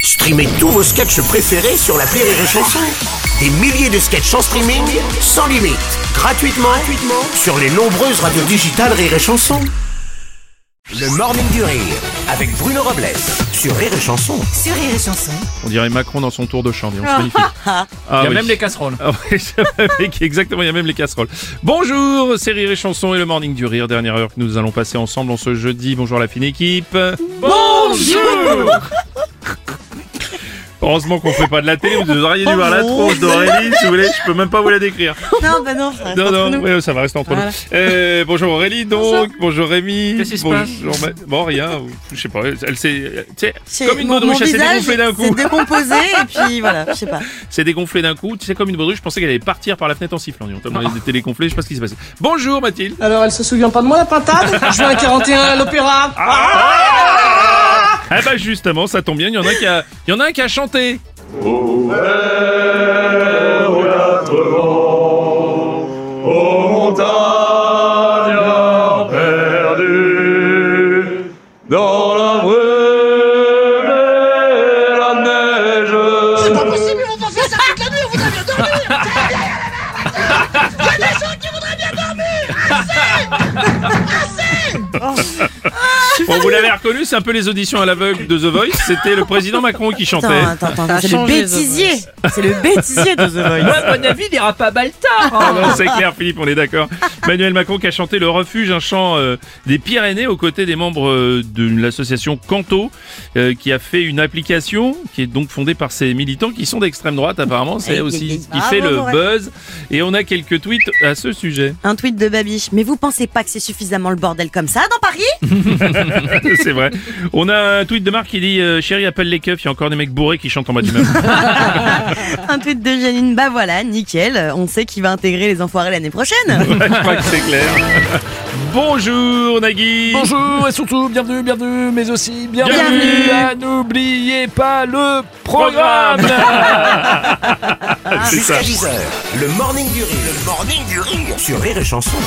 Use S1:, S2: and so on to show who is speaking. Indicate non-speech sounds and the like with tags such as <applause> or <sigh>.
S1: Streamez tous vos sketchs préférés sur la Rire et Chanson. Des milliers de sketchs en streaming, sans limite, gratuitement, gratuitement sur les nombreuses radios digitales Rire et Chanson. Le Morning du Rire avec Bruno Robles sur Rire et Chanson.
S2: sur Rire et Chanson.
S3: On dirait Macron dans son tour de champ, dis donc, c'est magnifique. Ah
S4: Il y a
S3: oui.
S4: même les casseroles.
S3: Ah oui, <laughs> c'est magnifique, exactement, il y a même les casseroles. Bonjour, c'est Rire et Chanson et le Morning du Rire, dernière heure que nous allons passer ensemble en ce jeudi. Bonjour la fine équipe. Bonjour <laughs> Heureusement qu'on fait pas de la télé, vous auriez dû voir la tronche d'Aurélie, si vous voulez, je peux même pas vous
S2: <laughs>
S3: la décrire.
S2: <laughs> Non, bah non, ça reste
S3: Non,
S2: entre
S3: non,
S2: nous.
S3: ouais, ça va rester entre nous. Euh, bonjour Aurélie, donc, bonjour, Rémi,
S4: Qu'est-ce qui se
S3: bonjour Ma- Bon, rien, je sais pas, elle s'est, tu sais,
S2: C'est-
S3: comme une
S2: mon- mon
S3: baudruche, elle s'est
S2: visage
S3: dégonflée d'un coup.
S2: s'est décomposé et
S3: <laughs>
S2: puis voilà, je sais pas.
S3: C'est dégonflé d'un coup. Tu sais, comme une baudruche, je pensais qu'elle allait partir par la fenêtre en sifflant. dis donc. Tellement Elle était dégonflée, je sais pas ce qui s'est passé. Bonjour Mathilde.
S5: Alors, elle se souvient pas de moi, la
S4: <laughs>
S5: pintade Je vais à 41 à l'opéra.
S3: <laughs> Ah bah justement, ça tombe bien, il y en a un qui a, il y en a un qui a chanté. Bon, vous l'avez reconnu, c'est un peu les auditions à l'aveugle de The Voice. C'était le président Macron qui chantait.
S2: Attends, attends, attends, c'est le bêtisier. C'est le bêtisier de The Voice.
S4: Moi, à mon avis, il ira pas Baltard.
S3: Ah non, c'est clair, Philippe, on est d'accord. Emmanuel Macron qui a chanté Le Refuge, un chant euh, des Pyrénées aux côtés des membres euh, de l'association Canto, euh, qui a fait une application qui est donc fondée par ses militants qui sont d'extrême droite apparemment.
S2: Aïe,
S3: C'est
S2: aïe,
S3: aussi
S2: aïe.
S3: ce qui fait
S2: Eh, Bravo,
S3: le
S2: Laurent.
S3: buzz. Et on a quelques tweets à ce sujet.
S2: Un tweet de Babiche. Mais vous pensez pas que c'est suffisamment le bordel comme ça dans Paris
S3: <laughs> c'est vrai. On a un tweet de Marc qui dit euh, Chérie, appelle les keufs, il y a encore des mecs bourrés qui chantent en bas du même.
S2: Un tweet de Janine. Bah voilà, nickel. euh, On sait qui va intégrer les enfoirés l'année
S3: <laughs>
S2: prochaine.
S3: Ouais, Je crois que c'est clair. Bonjour Nagui
S4: Bonjour et surtout, bienvenue, bienvenue, mais aussi bienvenue,
S3: Bienvenue.
S4: à N'oubliez pas le
S3: Programme.
S4: programme.
S3: C'est ça.
S1: Jusqu'à 10h, le Morning du Rire, le Morning du Rire sur Rire et Chanson.